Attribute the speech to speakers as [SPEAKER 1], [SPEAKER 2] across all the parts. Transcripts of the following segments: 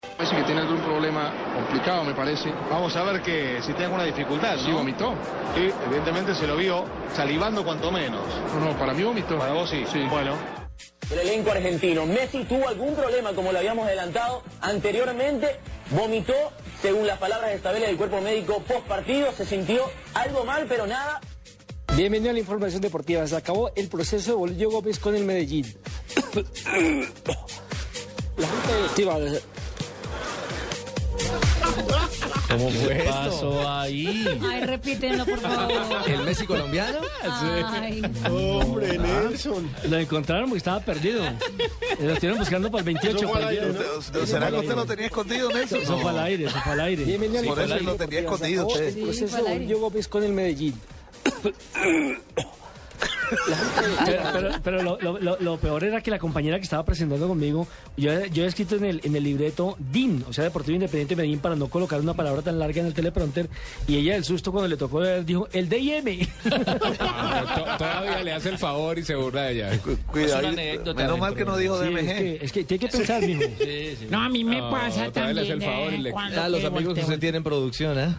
[SPEAKER 1] sí que tiene algún problema complicado, me parece.
[SPEAKER 2] Vamos a ver que si tiene alguna dificultad.
[SPEAKER 1] Sí,
[SPEAKER 2] ¿no?
[SPEAKER 1] vomitó.
[SPEAKER 2] Sí, evidentemente se lo vio salivando cuanto menos.
[SPEAKER 1] No, no, para mí vomitó.
[SPEAKER 2] Para vos sí.
[SPEAKER 1] Sí.
[SPEAKER 2] Bueno.
[SPEAKER 3] El elenco argentino. Messi tuvo algún problema, como lo habíamos adelantado anteriormente. Vomitó, según las palabras de Estabela del cuerpo médico post partido. Se sintió algo mal, pero nada.
[SPEAKER 4] Bienvenido a la información deportiva. Se acabó el proceso de Bolillo Gómez con el Medellín. La Junta Directiva de-
[SPEAKER 5] ¿Cómo fue
[SPEAKER 6] ¿Qué
[SPEAKER 5] esto?
[SPEAKER 6] pasó ahí?
[SPEAKER 7] Ay, repítenlo, por favor.
[SPEAKER 5] ¿El Messi colombiano?
[SPEAKER 7] Ay,
[SPEAKER 8] Hombre, Nelson.
[SPEAKER 6] Lo encontraron porque estaba perdido. Eh, Lo estuvieron buscando para el 28.
[SPEAKER 8] Eso fue al
[SPEAKER 6] perdido.
[SPEAKER 8] aire, ¿no?
[SPEAKER 6] Eso fue
[SPEAKER 9] ¿Será
[SPEAKER 6] al
[SPEAKER 9] que usted
[SPEAKER 6] aire.
[SPEAKER 9] lo tenía escondido, Nelson?
[SPEAKER 6] Eso fue al aire, eso fue al aire.
[SPEAKER 4] Bienvenido a la
[SPEAKER 9] Por eso
[SPEAKER 4] información
[SPEAKER 9] lo tenía
[SPEAKER 4] deportiva. Se
[SPEAKER 9] escondido
[SPEAKER 4] acabó
[SPEAKER 9] usted.
[SPEAKER 4] El
[SPEAKER 7] Sí,
[SPEAKER 4] proceso
[SPEAKER 7] fue al
[SPEAKER 4] de
[SPEAKER 7] aire.
[SPEAKER 4] Bolillo Gómez con el Medellín.
[SPEAKER 6] Pero, pero- pero lo, lo- lo- lo peor era que la compañera que estaba presentando conmigo, yo, yo he escrito en el, en el libreto DIN, o sea, Deportivo Independiente Medellín, para no colocar una palabra tan larga en el teleprompter, y ella del susto cuando le tocó leer, dijo, el DIM.
[SPEAKER 5] To- Todavía le hace el favor y se burla de ella.
[SPEAKER 9] Cu- Cuidado.
[SPEAKER 6] Es una anécdota
[SPEAKER 9] Menos mal
[SPEAKER 6] dentro
[SPEAKER 9] que no
[SPEAKER 6] de-
[SPEAKER 9] dijo
[SPEAKER 6] Sí, es,
[SPEAKER 9] DMG.
[SPEAKER 6] que, es que tiene que pensar, mijo.
[SPEAKER 10] No, a mí me pasa
[SPEAKER 5] todavía le hace
[SPEAKER 10] también.
[SPEAKER 5] el favor y le-
[SPEAKER 10] eh, cuando
[SPEAKER 5] Ah,
[SPEAKER 9] A los
[SPEAKER 10] que
[SPEAKER 9] amigos que
[SPEAKER 10] volteo-
[SPEAKER 9] usted tiene en producción, ¿eh?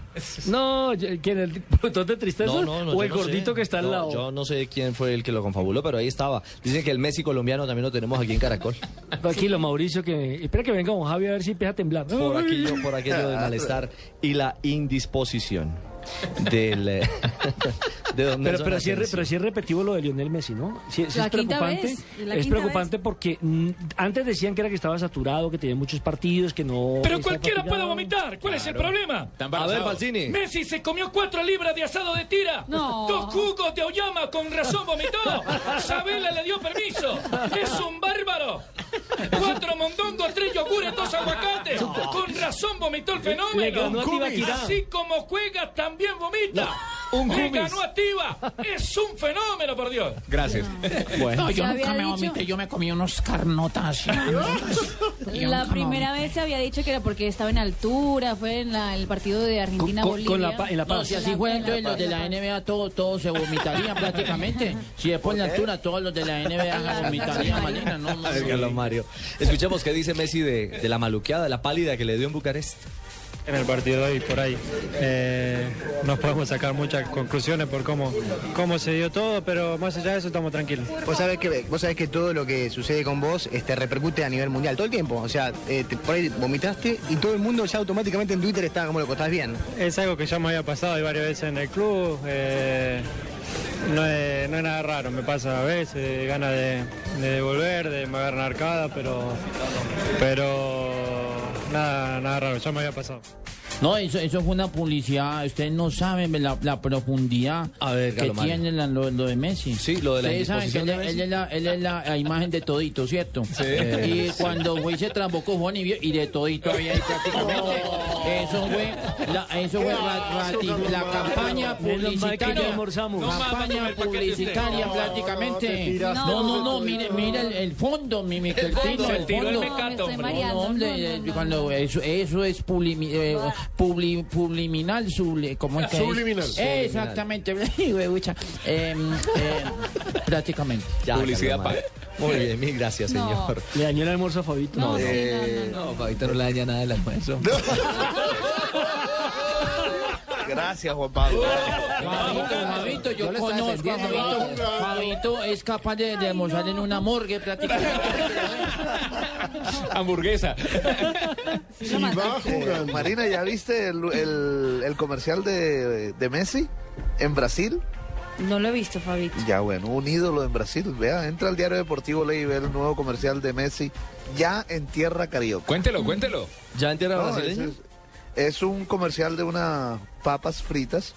[SPEAKER 6] No, yo- ¿quién? ¿El botón de tristeza?
[SPEAKER 5] No, no, no,
[SPEAKER 6] ¿O
[SPEAKER 5] yo
[SPEAKER 6] el
[SPEAKER 5] no
[SPEAKER 6] gordito
[SPEAKER 5] sé.
[SPEAKER 6] que está al
[SPEAKER 9] No,
[SPEAKER 6] lado?
[SPEAKER 9] Yo no sé quién fue el que lo confabuló, pero ahí estaba. Dicen que el Messi colombiano también lo tenemos aquí en Caracol.
[SPEAKER 6] Tranquilo, Mauricio, que... Espera que venga don Javi a ver si empieza a temblar.
[SPEAKER 9] Por
[SPEAKER 6] Ay.
[SPEAKER 9] aquello, por aquello del malestar y la indisposición del, eh, de don
[SPEAKER 6] Pero,
[SPEAKER 9] Nelson
[SPEAKER 6] pero, sí es, re-
[SPEAKER 9] Asensio.
[SPEAKER 6] pero sí es repetitivo lo de Lionel Messi, ¿no? Sí, sí
[SPEAKER 7] La
[SPEAKER 6] es
[SPEAKER 7] quinta
[SPEAKER 6] preocupante.
[SPEAKER 7] vez, la
[SPEAKER 6] es
[SPEAKER 7] quinta
[SPEAKER 6] preocupante porque mm, antes decían que era que estaba saturado, que tenía muchos partidos, que no.
[SPEAKER 10] Pero
[SPEAKER 6] está
[SPEAKER 10] cualquiera
[SPEAKER 6] fatigado.
[SPEAKER 10] puede vomitar. ¿Cuál es el problema?
[SPEAKER 9] A ver, Falcini.
[SPEAKER 10] Messi se comió cuatro libras de asado de tira.
[SPEAKER 7] No.
[SPEAKER 10] Dos jugos de auyama con razón vomitó. Sabela le dio permiso. Es un bárbaro. Cuatro mondongos, tres yogures, dos aguacates. Con razón vomitó el
[SPEAKER 6] Le
[SPEAKER 10] fenómeno.
[SPEAKER 6] ganó a Tibaquirá.
[SPEAKER 10] Así como juega, también vomita.
[SPEAKER 6] un
[SPEAKER 10] Le
[SPEAKER 6] cumis.
[SPEAKER 10] ganó a Tiba. Es un fenómeno, por Dios.
[SPEAKER 5] Gracias.
[SPEAKER 7] no.
[SPEAKER 10] Bueno. No,
[SPEAKER 7] Se
[SPEAKER 10] yo
[SPEAKER 7] había
[SPEAKER 10] nunca me
[SPEAKER 7] dicho-
[SPEAKER 10] vomité, yo me comí unos carnotas.
[SPEAKER 7] La primera vez se había dicho que era porque estaba en altura, fue en la- el partido de
[SPEAKER 6] Con, con-
[SPEAKER 7] Argentina-Bolivia.
[SPEAKER 6] con la, pa- en la
[SPEAKER 10] No,
[SPEAKER 6] paz.
[SPEAKER 10] si así fuera, entonces los de la NBA todos todos se vomitarían prácticamente. Si después en la altura todos los de la NBA se vomitarían, Malena, no, no,
[SPEAKER 9] A ver, Carlos Mario. Escuchemos qué dice Messi de, de la maluqueada, de la pálida que le dio en Bucarest.
[SPEAKER 10] En el partido hoy, por ahí, eh, nos podemos sacar muchas conclusiones por cómo, cómo se dio todo, pero más allá de eso estamos tranquilos.
[SPEAKER 2] Vos sabés que, vos sabés que todo lo que sucede con vos este, repercute a nivel mundial, todo el tiempo. O sea, eh, te- por ahí vomitaste y todo el mundo ya automáticamente en Twitter está como lo estás bien.
[SPEAKER 10] Es algo que ya me había pasado y varias veces en el club. eh, no, es, no es nada raro, me pasa a veces, ganas de, de devolver, de me agarrar una arcada, pero, pero nada, nada raro, ya me había pasado. No, eso, eso fue una publicidad, ustedes no saben la, profundidad
[SPEAKER 9] A ver, que Galo Mario. tiene
[SPEAKER 10] lo, de Messi.
[SPEAKER 9] Sí, lo de la Ustedes saben que indisposición él- de Messi. él
[SPEAKER 10] es la, imagen de todito, ¿cierto? Eh,
[SPEAKER 9] Sí. Y
[SPEAKER 10] cuando fue se trambocó Juan y, de todito había prácticamente. Eso fue la, eso fue la, la campaña
[SPEAKER 6] Menos mal que no
[SPEAKER 10] publicitaria.
[SPEAKER 6] almorzamos.
[SPEAKER 10] campaña publicitaria prácticamente.
[SPEAKER 7] tiras.
[SPEAKER 10] No, no, no, mire, mire el, el fondo, mi mi el fondo, el fondo.
[SPEAKER 7] mecato, hombre.
[SPEAKER 10] No, no, hombre,
[SPEAKER 7] No, no, no,
[SPEAKER 10] cuando
[SPEAKER 7] no.
[SPEAKER 10] eso, eso es publimi, eh, publi- publiminal, subli- ¿cómo es que es?
[SPEAKER 8] Subliminal.
[SPEAKER 10] Exactamente, huevucha. Eh, eh, prácticamente.
[SPEAKER 9] Ya,
[SPEAKER 5] Publicidad
[SPEAKER 9] Carlos Mario. Muy bien, mil gracias,
[SPEAKER 7] No.
[SPEAKER 9] señor.
[SPEAKER 6] Le dañó el almuerzo a Fabito.
[SPEAKER 7] No, sí,
[SPEAKER 9] Eh,
[SPEAKER 7] no, no, no.
[SPEAKER 9] no, Fabito no le daña nada el almuerzo. Gracias, Juan Pablo.
[SPEAKER 10] Fabito, Fabito, yo,
[SPEAKER 9] lo estaba
[SPEAKER 10] conozco a Fabito. Fabito es capaz de, de almorzar en una morgue prácticamente.
[SPEAKER 5] Hamburguesa.
[SPEAKER 7] Sí, lo más-
[SPEAKER 8] va jugando.
[SPEAKER 9] eh. Marina, ¿ya viste el, el- el comercial de, de Messi en Brasil?
[SPEAKER 7] No lo he visto, Fabito.
[SPEAKER 9] Ya bueno, un ídolo en Brasil. Vea, entra al diario deportivo, lee y ve el nuevo comercial de Messi ya en tierra carioca.
[SPEAKER 5] Cuéntelo, cuéntelo.
[SPEAKER 2] ¿Ya entera
[SPEAKER 9] No, es, es un comercial de unas papas fritas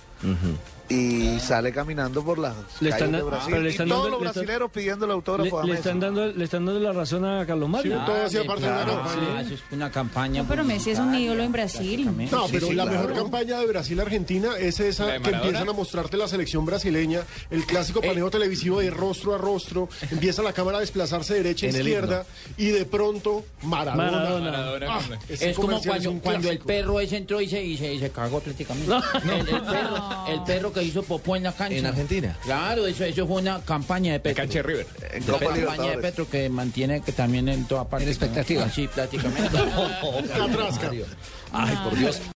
[SPEAKER 9] y sale caminando por las
[SPEAKER 6] Le
[SPEAKER 9] calles
[SPEAKER 6] están
[SPEAKER 9] de
[SPEAKER 6] da-
[SPEAKER 9] Brasil.
[SPEAKER 6] pero le están
[SPEAKER 9] y todos
[SPEAKER 6] dando-
[SPEAKER 9] los
[SPEAKER 6] le están-
[SPEAKER 9] brasileros pidiendo el
[SPEAKER 6] Le, le
[SPEAKER 9] autógrafo a Messi.
[SPEAKER 6] están dando, le están dando la razón a Carlos
[SPEAKER 8] Sí,
[SPEAKER 6] Mario.
[SPEAKER 8] todo hacía parte de una
[SPEAKER 10] Claro,
[SPEAKER 8] campaña.
[SPEAKER 10] sí, eso es una campaña.
[SPEAKER 7] No, pero Messi es un ídolo en Brasil.
[SPEAKER 8] No,
[SPEAKER 9] Sí,
[SPEAKER 8] pero
[SPEAKER 9] sí,
[SPEAKER 8] la
[SPEAKER 9] claro.
[SPEAKER 8] mejor campaña de Brasil-Argentina es
[SPEAKER 5] ¿La
[SPEAKER 8] esa
[SPEAKER 5] de
[SPEAKER 8] que
[SPEAKER 5] Maradona? Eh.
[SPEAKER 8] empiezan a mostrarte la selección brasileña, el clásico paneo televisivo de rostro a rostro, empieza la cámara a desplazarse derecha a
[SPEAKER 9] En el
[SPEAKER 8] izquierda y de pronto Maradona. Ah,
[SPEAKER 6] Maradona.
[SPEAKER 5] Maradona.
[SPEAKER 8] ese
[SPEAKER 10] Es como
[SPEAKER 8] comercial es
[SPEAKER 10] cuando,
[SPEAKER 8] un
[SPEAKER 10] cuando el
[SPEAKER 8] clásico.
[SPEAKER 10] perro ese entró y se, y se, y se cagó prácticamente. El, el perro, el perro que hizo Popó en la cancha.
[SPEAKER 9] En Argentina.
[SPEAKER 10] Claro, eso, eso fue una campaña de Petro.
[SPEAKER 11] cancha de River.
[SPEAKER 10] En
[SPEAKER 9] Copa
[SPEAKER 10] campaña de
[SPEAKER 9] Libertadores.
[SPEAKER 10] Petro que mantiene que también en toda parte.
[SPEAKER 9] En expectativa.
[SPEAKER 10] Sí, prácticamente.
[SPEAKER 9] Mario. Ay, por Dios.